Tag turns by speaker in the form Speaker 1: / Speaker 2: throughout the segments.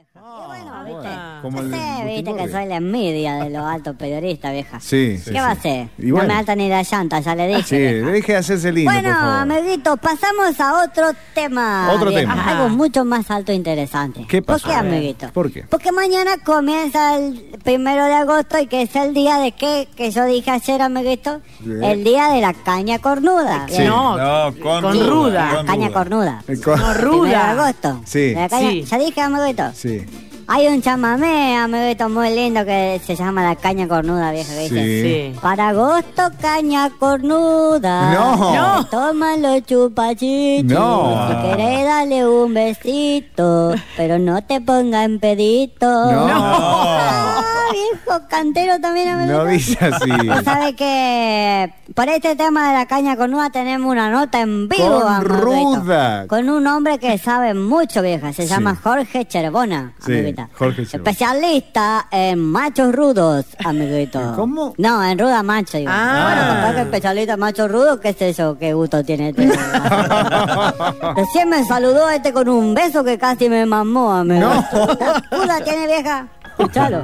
Speaker 1: Y bueno, viste.
Speaker 2: Ah.
Speaker 3: Como
Speaker 1: Ya
Speaker 3: el
Speaker 1: sé, viste que
Speaker 3: Bustimorgue.
Speaker 1: soy la envidia de los altos periodistas, vieja.
Speaker 3: Sí,
Speaker 1: ¿Qué
Speaker 3: sí,
Speaker 1: va a
Speaker 3: sí.
Speaker 1: hacer?
Speaker 3: Y
Speaker 1: No
Speaker 3: bueno. Ah,
Speaker 1: me alta ni la llanta, ya le dije.
Speaker 3: Sí,
Speaker 1: vieja.
Speaker 3: deje de hacerse lindo,
Speaker 1: Bueno,
Speaker 3: por favor.
Speaker 1: amiguitos, pasamos a otro tema.
Speaker 3: Otro
Speaker 1: vieja.
Speaker 3: tema.
Speaker 1: Algo mucho más alto e interesante.
Speaker 3: ¿Qué pasó?
Speaker 1: ¿Por qué,
Speaker 3: A ver.
Speaker 1: amiguitos?
Speaker 3: ¿Por qué?
Speaker 1: Porque mañana comienza el primero de agosto y que es el día de qué, que yo dije ayer, amiguitos,
Speaker 3: Sí.
Speaker 1: el día de la caña cornuda.
Speaker 3: Sí.
Speaker 2: No,
Speaker 4: No, con,
Speaker 2: con
Speaker 4: ruda.
Speaker 2: ruda.
Speaker 4: con
Speaker 1: La caña
Speaker 4: ruda.
Speaker 1: cornuda.
Speaker 3: El co-
Speaker 2: No, ru-
Speaker 1: Primero de
Speaker 2: Ruda.
Speaker 1: agosto.
Speaker 3: Sí.
Speaker 1: La caña-
Speaker 2: Sí.
Speaker 1: Ya dije, amiguitos.
Speaker 3: Sí.
Speaker 1: Hay un chamamé, amiguito, muy lindo que se llama la caña cornuda, vieja, que dice.
Speaker 2: Sí.
Speaker 1: Para agosto, caña cornuda.
Speaker 3: No. No.
Speaker 1: Tómalo, chupachichi.
Speaker 3: No.
Speaker 1: Si querés, dale un besito. Pero no te ponga en pedito.
Speaker 3: No. No.
Speaker 1: Ah, viejo cantero también, amiguito.
Speaker 3: No dice así.
Speaker 1: Vos sabés que por este tema de la caña cornuda tenemos una nota en vivo.
Speaker 3: Con
Speaker 1: amiguito.
Speaker 3: Ruda.
Speaker 1: Con un hombre que sabe mucho, vieja. Se
Speaker 3: Sí.
Speaker 1: llama Jorge Cherbona,
Speaker 3: Sí,
Speaker 1: amiguita.
Speaker 3: Jorge Cherbona.
Speaker 1: Especialista en machos rudos, amiguito.
Speaker 3: ¿Cómo?
Speaker 1: No, en ruda macho, digo.
Speaker 2: Ah.
Speaker 1: Bueno, capaz que especialista en machos rudos, qué sé yo, qué gusto tiene este. Recién me saludó este con un beso que casi me mamó, amiguito. Ruda tiene vieja. Escuchalo.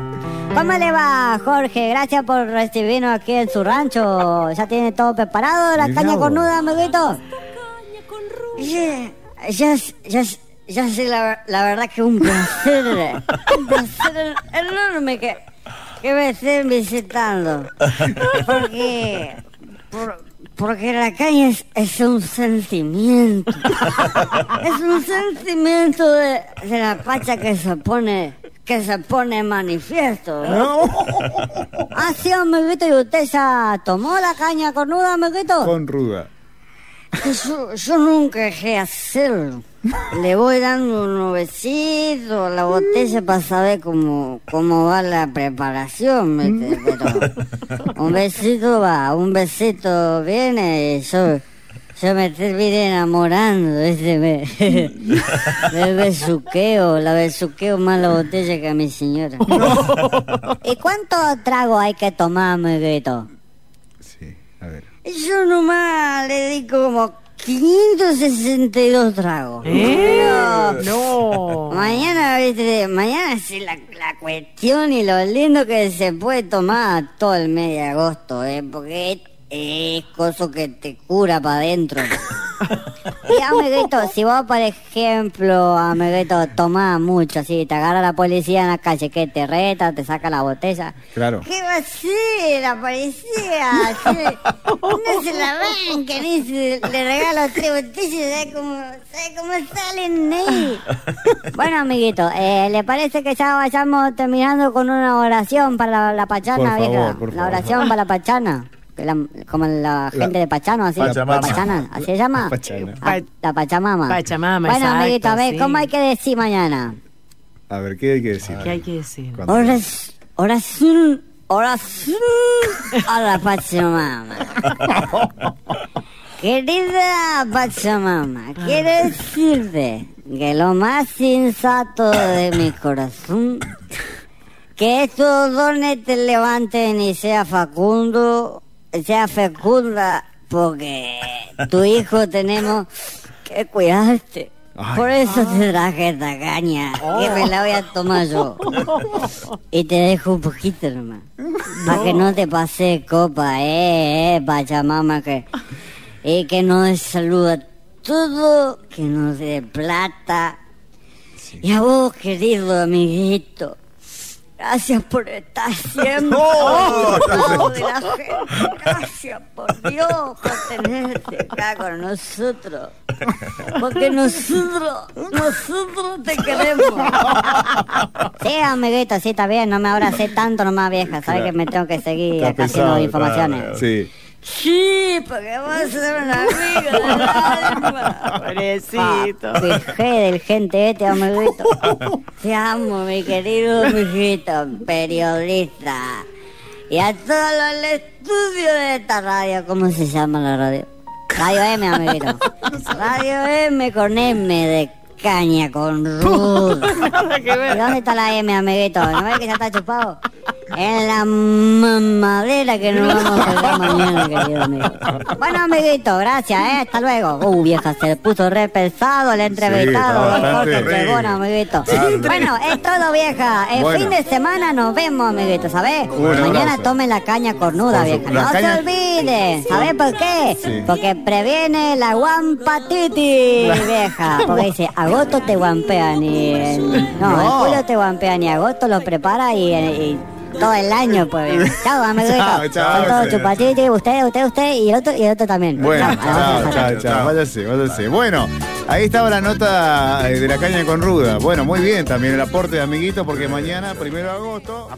Speaker 1: ¿Cómo le va, Jorge? Gracias por recibirnos aquí en su rancho. ¿Ya tiene todo preparado? ¿La
Speaker 3: Mirá
Speaker 1: caña
Speaker 3: vos.
Speaker 1: cornuda, amiguito? Yeah, ya, es- ya, es- ya sé la, ver- la verdad que un placer, un placer enorme que, que me estén visitando. Porque, por- porque la calle es, es un sentimiento. Es un sentimiento de, de la pacha que se pone que se pone en manifiesto.
Speaker 3: No,
Speaker 1: Ah, sí, amiguito, ¿y usted ya tomó la caña cornuda, amiguito?
Speaker 3: con ruda.
Speaker 1: Yo, yo nunca dejé hacerlo. Le voy dando un besito a la botella para saber cómo, cómo va la preparación. ¿viste? Pero un besito va, un besito viene y yo, yo me terminé enamorando. ¿viste? Me, me besuqueo, la besuqueo más la botella que a mi señora. ¿Y cuánto trago hay que tomar, amiguito?
Speaker 3: Sí, a ver.
Speaker 1: Yo nomás le di como 562 tragos.
Speaker 2: ¿Eh?
Speaker 1: Pero
Speaker 2: No.
Speaker 1: Mañana, viste, mañana es la, la cuestión y lo lindo que se puede tomar todo el mes de agosto, ¿eh? Porque es, es cosa que te cura para adentro. Y amiguito, si vos, por ejemplo, amiguito, tomás mucho, así, te agarra la policía en la calle, que te reta, te saca la botella.
Speaker 3: Claro.
Speaker 1: ¿Qué va a hacer? La policía. se- No se la banca, ni se- le regalo tres botellas, ¿sabe cómo, sabe cómo salen de ahí? Bueno, amiguito, eh, ¿le parece que ya vayamos terminando con una oración para la, la pachana,
Speaker 3: Por favor,
Speaker 1: vieja?
Speaker 3: por
Speaker 1: La
Speaker 3: favor.
Speaker 1: oración para la pachana. que la- como la gente de Pachano, así.
Speaker 4: Pachamama.
Speaker 1: Pachana, ¿así se llama?
Speaker 3: Pachana.
Speaker 1: Ah, la Pachamama.
Speaker 2: Pachamama,
Speaker 1: Bueno,
Speaker 2: exacto,
Speaker 1: amiguito, a ver,
Speaker 2: sí.
Speaker 1: ¿cómo hay que decir mañana?
Speaker 3: A ver, ¿qué hay que decir?
Speaker 2: ¿Qué hay que decir?
Speaker 3: Cuando-
Speaker 1: Oras, oración, oración a la Pachamama. Querida Pachamama, quiero decirte que lo más sensato de mi corazón, que estos dones te levanten y sea facundo, sea fecunda, porque tu hijo tenemos que cuidarte.
Speaker 3: Ay.
Speaker 1: Por eso te traje esta caña, que me la voy a tomar yo. Y te dejo un poquito nomás. Para que no te pase copa, eh, eh, Pachamama, que. Y que nos saluda todo, que nos dé plata. Y a vos, querido amiguito, gracias por estar siempre al lado de la gente. Gracias por Dios por tenerte acá con nosotros. Porque nosotros, nosotros te queremos. Sí, amiguito, sí, está bien, no me abracé tanto nomás, vieja. Sabes que me tengo que seguir
Speaker 3: Está
Speaker 1: acá
Speaker 3: pesado,
Speaker 1: haciendo informaciones.
Speaker 3: Sí.
Speaker 1: Sí, porque vas a ser un amigo del alma.
Speaker 2: Pobrecito.
Speaker 1: Dejé del gente este, amiguito. Te amo, mi querido amiguito, periodista. Y a todo el estudio de esta radio. ¿Cómo se llama la radio? Radio M, amiguito. Radio M con M de caña, con ruda.
Speaker 2: Nada que
Speaker 1: ¿Y
Speaker 2: ver.
Speaker 1: dónde está la M, amiguito? ¿No ves que ya está chupado? En la mamadera que nos vamos a pegar mañana, querido amigo. Bueno, amiguito, gracias, ¿eh? Hasta luego. Uh, vieja, se puso re pesado el entrevistado.
Speaker 3: Sí,
Speaker 1: dos cortes,
Speaker 3: bastante.
Speaker 1: pregona, amiguito.
Speaker 3: Sí.
Speaker 1: Bueno, es todo, vieja. El
Speaker 3: Bueno.
Speaker 1: fin de semana nos vemos, amiguito, ¿sabes?
Speaker 3: Un
Speaker 1: mañana
Speaker 3: abrazo.
Speaker 1: tomen la caña cornuda,
Speaker 3: Por su-
Speaker 1: vieja.
Speaker 3: la
Speaker 1: No
Speaker 3: caña-
Speaker 1: se olviden. ¿Sabes por qué?
Speaker 3: Sí.
Speaker 1: Porque previene la guampatitis, vieja. Porque dice, agosto te guampean y... eh, No,
Speaker 3: No.
Speaker 1: el culo te guampean y agosto lo prepara y... y todo el año, pues. Chao, amiguito.
Speaker 3: Chao, chao,
Speaker 1: Son todos
Speaker 3: chao.
Speaker 1: chupatitis, usted, usted, usted y el otro, y el otro también.
Speaker 3: Bueno,
Speaker 1: Chao, abrazo,
Speaker 3: chao, chao, chao. Váyase, váyase. Bueno, ahí estaba la nota eh, de la caña con ruda. Bueno, muy bien también el aporte de amiguito porque mañana, primero de agosto.